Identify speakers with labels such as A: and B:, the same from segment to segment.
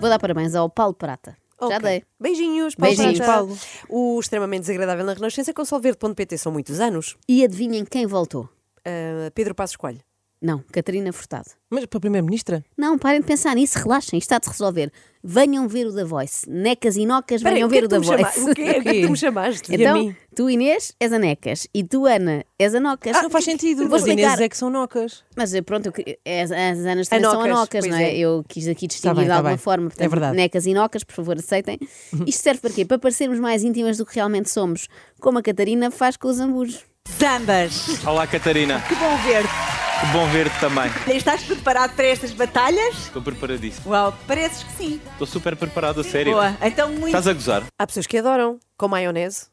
A: vou dar parabéns ao Paulo Prata. Já
B: Ok.
A: dei.
B: Beijinhos, Paulo.
A: Beijinhos,
B: Prata.
C: Paulo.
B: O extremamente desagradável na Renascença com solverde.pt são muitos anos.
A: E adivinhem quem voltou?
B: Ah, Pedro Passos Coelho.
A: Não, Catarina Furtado.
C: Mas para a Primeira-Ministra?
A: Não, parem de pensar nisso, relaxem, está de se resolver. Venham ver o da Voice. Necas e nocas,
B: Espera aí,
A: venham
B: o que é
A: ver
B: que
A: o da
B: tu me
A: Voice.
B: chama- O que é o que é que tu me chamaste?
C: E a
A: Então,
C: mim?
A: tu Inês és a Necas e tu Ana és a Nocas.
C: Ah, não faz sentido.
A: Vou
C: Os
A: explicar.
C: chineses é que são nocas.
A: Mas eh, pronto, eu que- as, as Anas também são
B: Anocas,
A: Anocas,
B: pois
A: não é?
B: é.
A: Eu quis aqui distinguir
C: bem,
A: de
C: tá
A: alguma
C: bem.
A: forma. Portanto,
C: É verdade.
A: Necas e Nocas, por favor, aceitem. Isto serve para quê? Para parecermos mais íntimas do que realmente somos, como a Catarina faz com os ambujos.
D: Zambas,
E: Olá Catarina,
D: que bom ver-te.
E: que bom ver-te também.
D: Estás preparado para estas batalhas?
E: Estou preparadíssimo.
D: Uau, pareces que sim.
E: Estou super preparado, a sério.
D: Boa, então muito.
E: Estás a gozar?
B: Há pessoas que adoram, com maionese.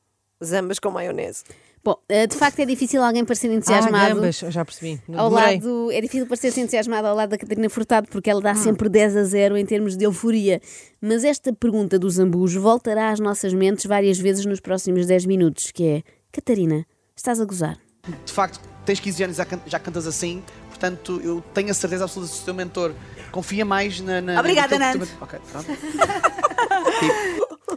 B: Zambas com maionese.
A: Bom, eh, de facto é difícil alguém parecer
C: ah,
A: entusiasmado.
C: ambas, eu já percebi.
A: ao
C: Demorei.
A: lado, é difícil parecer entusiasmada ao lado da Catarina Furtado porque ela dá sempre 10 a 0 em termos de euforia. Mas esta pergunta do Zambujo voltará às nossas mentes várias vezes nos próximos 10 minutos, que é Catarina, estás a gozar?
F: de facto, tens 15 anos e já, can- já cantas assim, portanto, eu tenho a certeza absoluta de ser o teu mentor. Confia mais na. na
D: Obrigada,
F: naquilo que
D: Nando.
F: tu- Ok, pronto. Um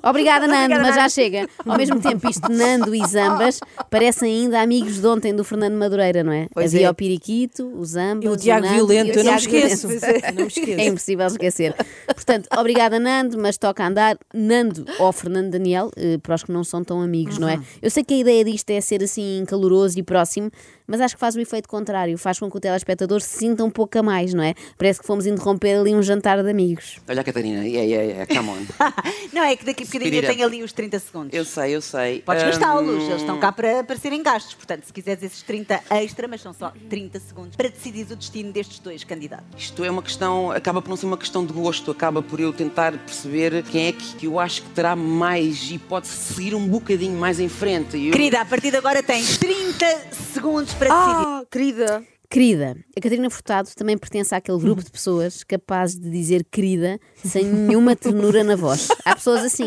A: Obrigada, Nando, mas já chega. Ao mesmo tempo, isto, Nando e Zambas parecem ainda amigos de ontem do Fernando Madureira, não é?
B: Pois
A: Havia
B: é.
A: o Piriquito, o Zambas.
C: E o Tiago
A: Nando e
C: Violento,
A: o
C: eu não me
A: Tiago Violento.
C: esqueço. Não me
A: É
C: esqueço.
A: impossível esquecer. Portanto, obrigada, Nando, mas toca andar Nando ou Fernando Daniel, eh, para os que não são tão amigos, não é? Eu sei que a ideia disto é ser assim caloroso e próximo, mas acho que faz o efeito contrário, faz com que o telespectador se sinta um pouco a mais, não é? Parece que fomos interromper ali um jantar de amigos.
G: Olha, Catarina, yeah, yeah, yeah, come on.
D: Não, é que daqui a bocadinho
G: Speed
D: eu
G: it
D: tenho
G: up.
D: ali os 30 segundos.
G: Eu sei, eu sei. hum.
D: Podes
G: Ahm,
D: gastá-los, eles estão cá para, para serem gastos. Portanto, se quiseres esses 30 extra, mas são só 30 segundos, para decidir o destino destes dois candidatos.
G: Isto é uma questão, acaba por não ser uma questão de gosto, acaba por eu tentar perceber quem é que, que eu acho que terá mais e pode seguir um bocadinho mais em frente. E eu-
D: Querida, a partir de agora tens 30 segundos para decidir.
B: Ah, querida.
A: Querida, a Catarina Furtado também pertence àquele grupo de pessoas capazes de dizer querida sem nenhuma ternura na voz. Há pessoas assim,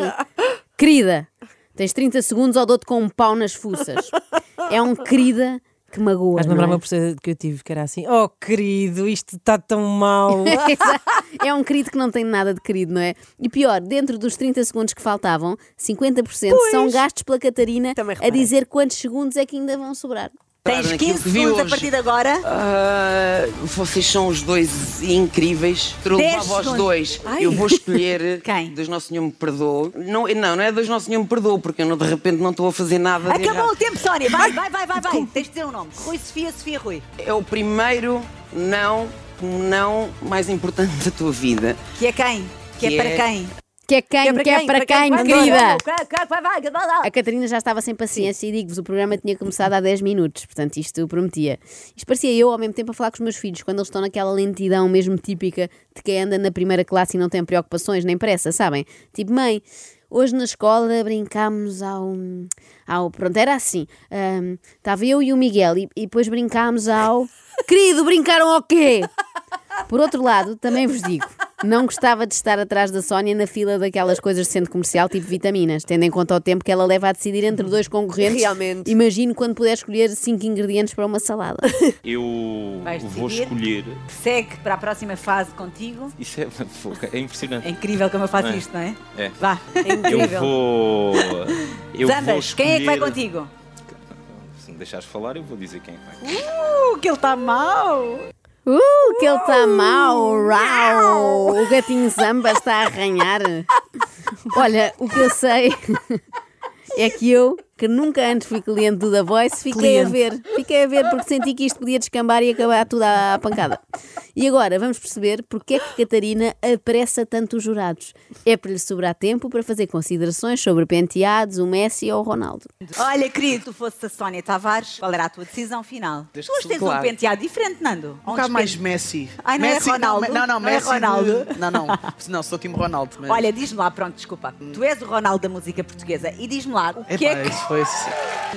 A: querida, tens 30 segundos ou dou-te com um pau nas fuças. É um querida que magoa.
C: Mas
A: não
C: lembrar
A: é?
C: uma professora que eu tive que era assim: Oh, querido, isto está tão mau.
A: é um querido que não tem nada de querido, não é? E pior, dentro dos 30 segundos que faltavam, 50% são gastos pela Catarina
B: Também
A: a
B: reparei.
A: dizer quantos segundos é que ainda vão sobrar.
D: Tens
G: naquilo
D: 15
G: tá que vi
D: segundos a
G: hoje.
D: partir de agora.
G: Ah, vocês são os dois incríveis. Eu
D: Dez
G: levava aos
D: segundos.
G: dois. Eu vou escolher
D: Quem?
G: Deus Nosso Senhor me perdoa. Não, não, não é Deus Nosso Senhor me perdoa, porque eu não, de repente não estou a fazer nada. de errado.
D: Acabou o tempo, Sónia. Vai, vai, vai, vai, vai. Tens de dizer um nome. Rui Sofia, Sofia Rui.
G: É o primeiro não, não mais importante da tua vida.
D: Que é quem? Que,
G: Que
D: é para
G: é-
D: quem?
A: Que é quem, que é para quem, querida?
D: Vai, vai, vai, vai, vai,
A: A
D: vai.
A: Catarina já estava sem paciência e digo-vos, o programa tinha começado há 10 minutos, portanto isto prometia. Isto parecia eu ao mesmo tempo a falar com os meus filhos, quando eles estão naquela lentidão mesmo típica de quem anda na primeira classe e não tem preocupações nem pressa, sabem? Tipo, mãe, hoje na escola brincámos ao... ao pronto, era assim, ahm, estava eu e o Miguel e, e depois brincámos ao... Querido, brincaram ao quê? Por outro lado, também vos digo, não gostava de estar atrás da Sónia na fila daquelas coisas de centro comercial tipo vitaminas, tendo em conta o tempo que ela leva a decidir entre dois concorrentes.
B: Realmente.
A: Imagino quando puder escolher cinco ingredientes para uma salada.
E: Eu
D: Vais
E: vou
D: decidir?
E: escolher.
D: Segue para a próxima fase contigo.
E: Isso é, foca, é impressionante.
D: É incrível como eu faço
E: É.
D: isto, não é?
E: É.
D: Vá.
E: Eu vou. Eu vou
D: Zambas,
E: escolher...
D: quem é que vai contigo?
E: Se me deixares falar, eu vou dizer quem é que vai.
D: Uh, que ele está mal.
A: Uh, que ele está mau! Rau! O gatinho samba está a arranhar. Olha, o que eu sei é que eu, que nunca antes fui cliente do The Voice, fiquei a ver. Fiquei a ver porque senti que isto podia descambar e acabar tudo à pancada. E agora vamos perceber porque é que Catarina apressa tanto os jurados. É para lhe sobrar tempo para fazer considerações sobre penteados, o Messi ou o Ronaldo.
D: Olha, querido, tu fosses a Sónia Tavares, qual era a tua decisão final?
G: Desde
D: tu hoje
G: que
D: tens
G: claro.
D: um penteado diferente, Nando.
F: Um bocado mais Messi.
D: Ai, não é
F: Messi,
D: Ronaldo?
F: Não, não, não,
D: Não é
F: Messi. de-
D: Ronaldo?
F: Não, não. Não, sou time Ronaldo. Mas...
D: Olha, diz-me lá, pronto, desculpa. Tu és o Ronaldo da música portuguesa e diz-me lá o
F: Epá,
D: que é que.
F: isso foi. assim.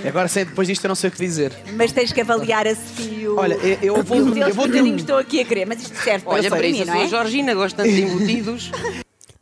F: Agora, sei, depois disto, eu não sei o que dizer.
D: Mas tens que avaliar a Sofia. o-
F: Olha, eu- eu vou-
D: e os teus
F: eu vou- um-
D: bocadinhos estou aqui a querer, mas isto serve
G: Olha,
D: para, para
G: para
D: mim,
G: isso,
D: não
G: eu sou
D: é?
G: a Georgina, gosto tanto de embutidos.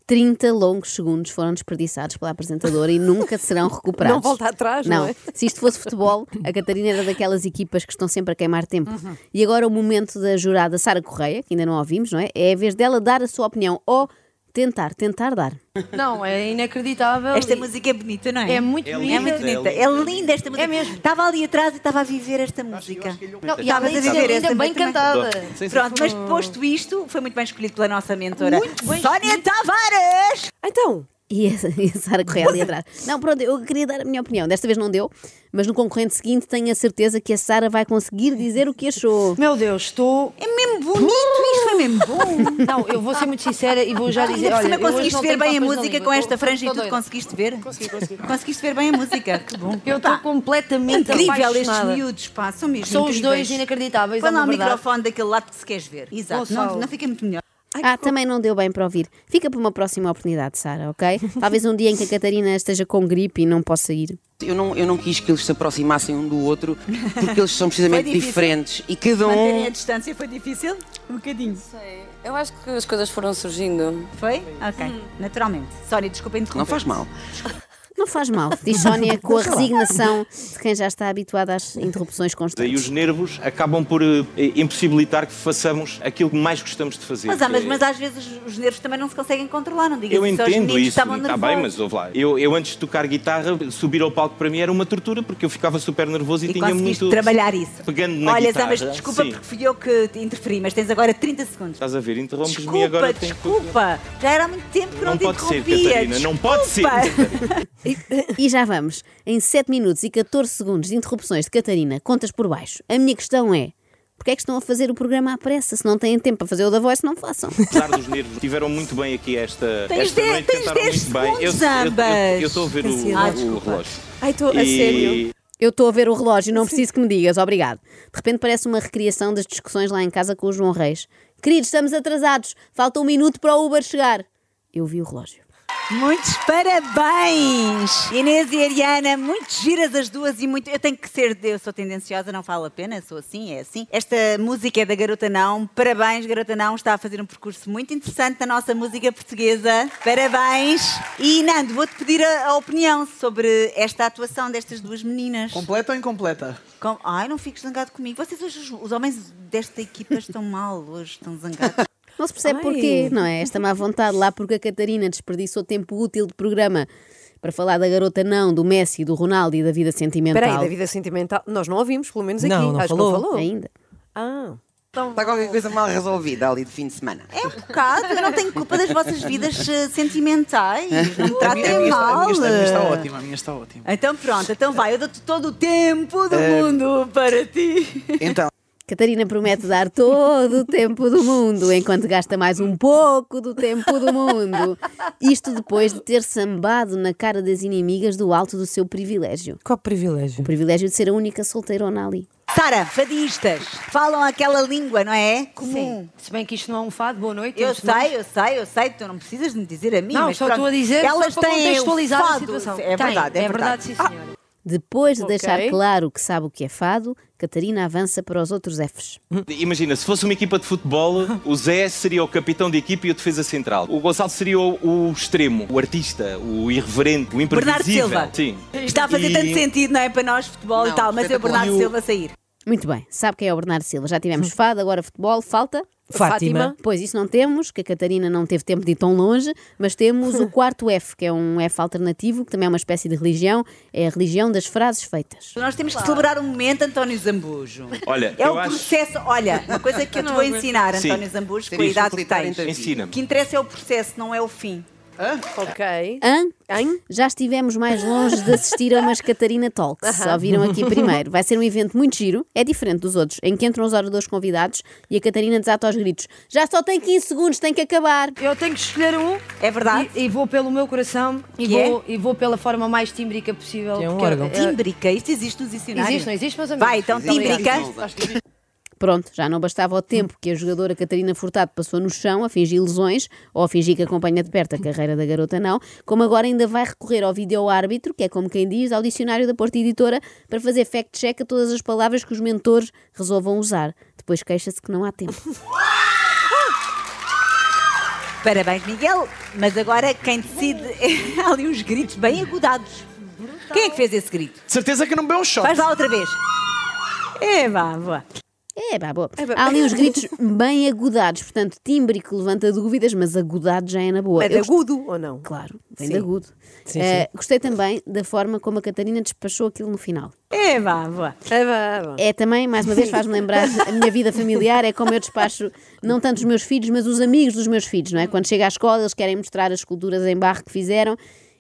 A: 30 longos segundos foram desperdiçados pela apresentadora e nunca serão recuperados.
B: Não volta atrás, não é?
A: Se isto fosse futebol, a Catarina era daquelas equipas que estão sempre a queimar tempo.
B: Uhum.
A: E agora o momento da jurada Sara Correia, que ainda não a ouvimos, não é? É a vez dela dar a sua opinião. Ou Tentar, tentar dar.
H: Não, é inacreditável.
D: Esta
H: E-
D: música é bonita, não é?
H: é muito
E: É
H: bonita.
D: É muito bonita. É linda esta música.
H: É mesmo.
D: Estava ali atrás e estava a viver esta música.
H: Não, e
D: Estavas
H: além
D: a
H: de ser
D: viver
H: linda,
D: esta
H: bem
D: música.
H: cantada.
D: Pronto, mas posto isto, foi muito bem escolhido pela nossa mentora.
H: Hum. Muito bem
D: Sónia Tavares!
B: Então,
A: E a, e a Sara correu ali atrás. Não, pronto, eu queria dar a minha opinião. Desta vez não deu, mas no concorrente seguinte tenho a certeza que a Sara vai conseguir dizer o que achou.
H: Meu Deus, estou.
D: É mesmo bonito, isto foi mesmo bom.
H: Não, eu vou ser muito sincera e vou já dizer.
D: Ainda por
H: Olha, eu
D: cima
H: hoje
D: conseguiste
H: não
D: ver
H: tenho
D: bem a
H: papas na língua,
D: música com
H: tô-
D: esta
H: tô-
D: franja e
H: tô
D: tudo,
H: doida.
D: conseguiste ver? Consegui, consegui. Conseguiste ver bem a música? Então, Que bom.
H: Eu estou completamente
D: Incrível estes
H: apaixonada.
D: miúdos, pá, são mesmo
H: São os
D: incríveis.
H: dois inacreditáveis, é
D: Põe lá
H: uma
D: o
H: verdade.
D: microfone daquele lado que se queres ver. Exato, não,
H: Gonçalo.
D: não fica muito melhor.
A: Ah, também não deu bem para ouvir. Fica para uma próxima oportunidade, Sara, ok? Talvez um dia em que a Catarina esteja com gripe e não possa ir.
G: Eu não, eu não quis que eles se aproximassem um do outro porque eles são precisamente
D: difícil.
G: diferentes e cada
D: Manterem a
G: um.
D: distância foi difícil? Um bocadinho.
I: É, Eu acho que as coisas foram surgindo.
D: Foi? Ok,
H: Hum.
D: naturalmente. Sónia, desculpa interromper.
G: Não faz mal.
A: Não faz mal, diz Sónia com a resignação de quem já está habituada às interrupções
E: Daí os
A: constantes.
E: nervos acabam por eh, impossibilitar que façamos aquilo que mais gostamos de fazer.
D: Mas, ah, mas,
E: que é-
D: mas às vezes os- os nervos também não se conseguem controlar, não digas
E: Eu
D: isso aos
E: entendo
D: meninos que
E: isso,
D: estavam
E: está bem,
D: nervosos.
E: mas ouve lá. Eu, eu antes de tocar guitarra, subir ao palco para mim era uma tortura porque eu ficava super nervoso e,
D: E
E: tinha
D: conseguiste
E: muito.
D: trabalhar isso.
E: Pegando na
D: Olha,
E: guitarra.
D: Zé, mas desculpa
E: Sim.
D: porque fui eu que te interferi, mas tens agora 30 segundos.
E: Estás a ver? Interrompes-me e agora
D: Desculpa,
E: tenho que-
D: desculpa. Já era há muito tempo que não,
E: Não
D: te
E: pode ser,
D: interrompia.
E: Catarina, não pode ser.
D: Desculpa.
A: E já vamos. Em 7 minutos e 14 segundos de interrupções de Catarina, contas por baixo. A minha questão é: porquê é que estão a fazer o programa à pressa? Se não têm tempo para fazer o da voice, não façam.
E: Apesar dos nervos, tiveram muito bem aqui esta,
D: Tens
E: esta
D: dez-
E: noite,
D: tens
E: cantaram
D: dez
E: muito bem. Eu-
D: segundos,
E: Eu
D: ambas.
E: eu estou a ver o,
D: Ah,
E: o
D: desculpa.
E: relógio.
B: ai, estou a
E: E-
B: sério.
A: Eu estou a ver o relógio, não preciso que me digas, obrigado. De repente parece uma recriação das discussões lá em casa com o João Reis. Queridos, estamos atrasados, falta um minuto para o Uber chegar. Eu vi o relógio.
D: Muitos parabéns! Inês e Ariana, muito giras as duas e muito. Eu tenho que ser, eu sou tendenciosa, não falo a pena, sou assim, é assim. Esta música é da Garota Não. Parabéns, Garota Não, está a fazer um percurso muito interessante na nossa música portuguesa. Parabéns! E Nando, vou-te pedir a, a opinião sobre esta atuação destas duas meninas.
F: Completa ou incompleta?
D: Com- Ai, não fiques zangado comigo. Vocês hoje, os, os homens desta equipa estão mal hoje, estão zangados.
A: Não se percebe
B: Ai.
A: porquê, não é? Esta má vontade lá porque a Catarina desperdiçou tempo útil de programa para falar da garota não, do Messi, do Ronaldo e da vida sentimental.
B: espera aí, da vida sentimental, nós não ouvimos, pelo menos aqui.
C: Não, não
B: Acho
C: falou.
B: que não falou.
A: Ainda.
B: Ah,
G: Está qualquer coisa mal resolvida ali de fim de semana.
D: É um bocado, eu não tenho culpa das vossas vidas eh, sentimentais. Não me
F: A minha, a
D: tratem
F: minha
D: mal.
F: está, a
D: eh.
F: minha está- a minha está ótima, a minha está ótima.
D: Então pronto, então vai, eu dou-te todo o tempo do
F: É.
D: mundo para ti.
F: Então,
A: Catarina promete dar todo o tempo do mundo, enquanto gasta mais um pouco do tempo do mundo. Isto depois de ter sambado na cara das inimigas do alto do seu privilégio.
C: Qual privilégio?
A: O privilégio de ser a única solteirona ali.
D: Sara, fadistas, falam aquela língua, não é? Comum.
H: Sim. Se bem que isto não é um fado, boa noite.
D: Eu
H: antes de mais.
D: sei, eu sei, eu sei, tu não precisas de me dizer a mim.
H: Não,
D: mas
H: só
D: pronto,
H: estou a dizer
D: elas
H: só para
D: têm o
H: contextualizar a
D: fado.
H: situação.
D: É
H: Tem,
D: verdade, é,
H: verdade, sim, senhora.
A: Depois de
B: Ok.
A: deixar claro que sabe o que é fado, Catarina avança para os outros Fs.
E: Imagina, se fosse uma equipa de futebol, o Zé seria o capitão de equipa e o defesa central. O Gonçalo seria o, o extremo, o artista, o irreverente, o imprevisível.
D: Bernardo Silva.
E: Sim.
D: Está a fazer
E: E-
D: tanto sentido, não é? Para nós, futebol e
G: Não,
D: tal, mas eu,
G: espetacular.
D: Bernardo
E: E o-
D: Silva, sair.
A: Muito bem, sabe quem é o Bernardo Silva. Já tivemos fado, agora futebol, falta.
C: Fátima.
A: Pois isso não temos, que a Catarina não teve tempo de ir tão longe, mas temos o quarto F, que é um F alternativo, que também é uma espécie de religião, é a religião das frases feitas.
D: Nós temos que celebrar o momento, António Zambujo.
E: Olha,
D: É
E: eu
D: o
E: acho-
D: processo. Olha, uma coisa que eu te vou ensinar,
E: Sim.
D: António Zambujo, com a
G: Terias de
D: idade que
G: facilitar a
D: tens.
G: entrevista.
D: O
E: Ensina-me.
D: que interessa é o processo, não é o fim.
B: ok.
A: Hã?
B: Hein?
A: Já estivemos mais longe de assistir a umas Catarina Talks, só viram aqui primeiro. Vai ser um evento muito giro, é diferente dos outros, em que entram os oradores convidados e a Catarina desata aos gritos. Já só tem 15 segundos, tem que acabar.
H: Eu tenho que escolher um.
D: É verdade?
H: E, e vou pelo meu coração e
D: Que é?
H: vou, e vou pela forma mais tímbrica possível.
C: Que é um
H: porque,
C: órgão.
H: eh,
D: Tímbrica, isto existe nos dicionários.
H: Existe, não existe, meus amigos?
D: Vai, então
H: Existe.
D: tímbrica.
A: Pronto, já não bastava o tempo que a jogadora Catarina Furtado passou no chão a fingir lesões ou a fingir que acompanha de perto a carreira da garota, não, como agora ainda vai recorrer ao vídeo-árbitro, que é como quem diz, ao dicionário da Porta Editora, para fazer fact-check a todas as palavras que os mentores resolvam usar. Depois queixa-se que não há tempo.
D: Parabéns, Miguel. Mas agora quem decide é há ali uns gritos bem agudados. Quem é que fez esse grito?
F: de certeza que não bebeu um shot.
D: Faz lá outra vez. É, vá, vá.
A: É, É pá, boa. Há ali uns gritos bem agudados, portanto, timbre que levanta dúvidas, mas agudado já é na boa.
B: É de
A: Eu gost-
B: agudo ou não?
A: Claro, vem
B: Sim.
A: de agudo.
C: Sim,
A: Eh, gostei também da forma como a Catarina despachou aquilo no final.
D: É, vá, vá.
B: É, vá, vá.
A: É também, mais uma vez, faz-me lembrar a minha vida familiar, é como eu despacho não tanto os meus filhos, mas os amigos dos meus filhos, não é? Quando chego à escola, eles querem mostrar as esculturas em barro que fizeram.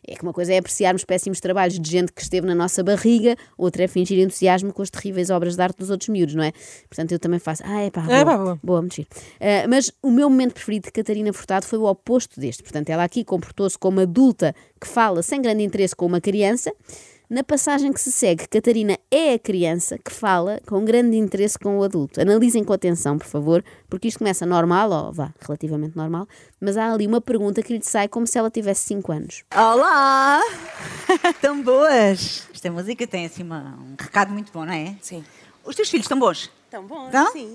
A: É que uma coisa é apreciarmos péssimos trabalhos de gente que esteve na nossa barriga, outra é fingir entusiasmo com as terríveis obras de arte dos outros miúdos, não é? Portanto, eu também faço. Ah, é pá, boa,
C: É pá,
A: boa.
C: boa.
A: muito giro. Ah, mas o meu momento preferido de Catarina Furtado foi o oposto deste. Portanto, ela aqui comportou-se como adulta que fala sem grande interesse com uma criança. Na passagem que se segue, Catarina é a criança que fala com grande interesse com o adulto. Analisem com atenção, por favor, porque isto começa normal, ou vá, relativamente normal, mas há ali uma pergunta que lhe sai como se ela tivesse 5 anos.
D: Olá! Tão boas! Esta música tem assim uma- um recado muito bom, não é?
I: Sim.
D: Os teus filhos estão bons?
I: Tão bom,
D: Tão?
I: sim.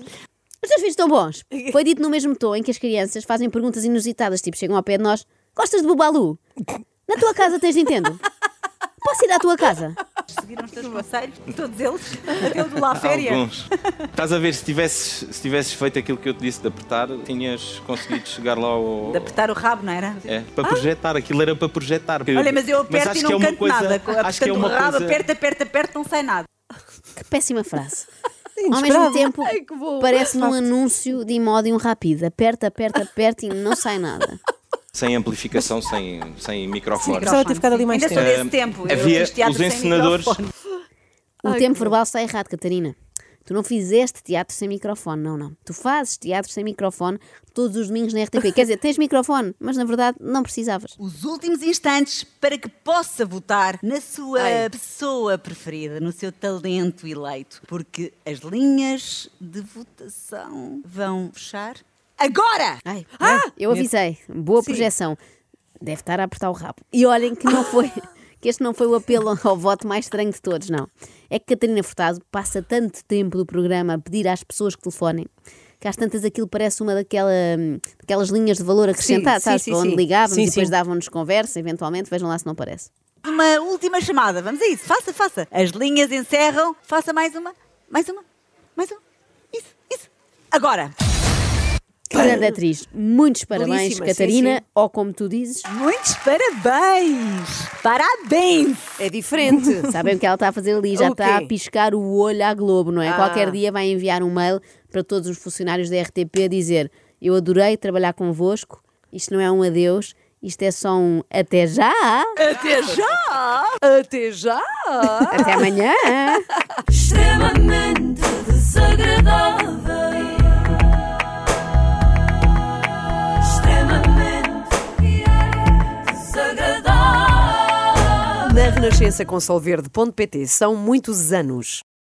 A: Os teus filhos estão bons. Foi dito no mesmo tom em que as crianças fazem perguntas inusitadas, tipo chegam ao pé de nós: Gostas de Bubalu? Na tua casa tens Nintendo? Posso ir à tua casa?
D: Seguiram os teus conselhos? Todos eles? Até o do
E: Há Alguns. Estás a ver, se tivesses, se tivesses feito aquilo que eu te disse de apertar, tinhas conseguido chegar lá ao.
D: De apertar o rabo, não era?
E: É, para projetar, aquilo era para projetar.
D: Olha, mas eu aperto
E: acho
D: e
E: que é
D: não
E: uma
D: canto
E: coisa-
D: nada.
E: Acho que é
D: Apertando o
E: uma
D: rabo,
E: coisa.
D: aperta, aperta, aperta, não sai nada.
A: Que péssima frase. Ao mesmo tempo, parece num anúncio de Imodium rápido. Aperta, aperta, aperta e não sai nada.
E: Sem amplificação, sem, sem microfone.
C: Só ter ficado ali mais
D: Ainda sou
E: tempo.
D: desse tempo. Eu
E: Havia
D: fiz teatro
E: os
D: sem
E: encenadores-
D: microfone.
A: O tempo verbal está errado, Catarina. Tu não fizeste teatro sem microfone, não, não. Tu fazes teatro sem microfone todos os domingos na RTP. Quer dizer, tens microfone, mas na verdade não precisavas.
D: Os últimos instantes para que possa votar na sua pessoa preferida, no seu talento eleito. Porque as linhas de votação vão fechar agora!
A: Ai, ah, eu avisei. Boa projeção. Deve estar a apertar o rabo. E olhem que não foi. Que este não foi o apelo ao voto mais estranho de todos, não. É que Catarina Furtado passa tanto tempo do programa a pedir às pessoas que telefonem, que às tantas aquilo parece uma daquela, hum, daquelas linhas de valor acrescentado,
C: sim,
A: sabes?
C: sim,
A: para onde
C: sim.
A: ligávamos
C: Sim,
A: e depois
C: sim.
A: davam-nos conversa, eventualmente, vejam lá se não parece.
D: Uma última chamada, vamos a isso. Faça, faça. As linhas encerram. Faça mais uma, mais uma, mais uma. Isso, isso. Agora.
A: Que grande atriz. Muitos parabéns,
B: Belíssima, sim,
A: Catarina, ou como tu dizes,
D: Muitos parabéns! Parabéns!
B: É diferente.
A: Sabem o que ela está a fazer ali? Já
B: O
A: está a
B: quê?
A: piscar o olho à Globo, não é?
B: Ah.
A: Qualquer dia vai enviar um mail para todos os funcionários da RTP a dizer: Eu adorei trabalhar convosco, isto não é um adeus, isto é só um até já,
B: Até já! Até já!
A: até amanhã.
J: extremamente desagradável. Extremamente desagradável.
B: Na renascença com solverde.pt são muitos anos.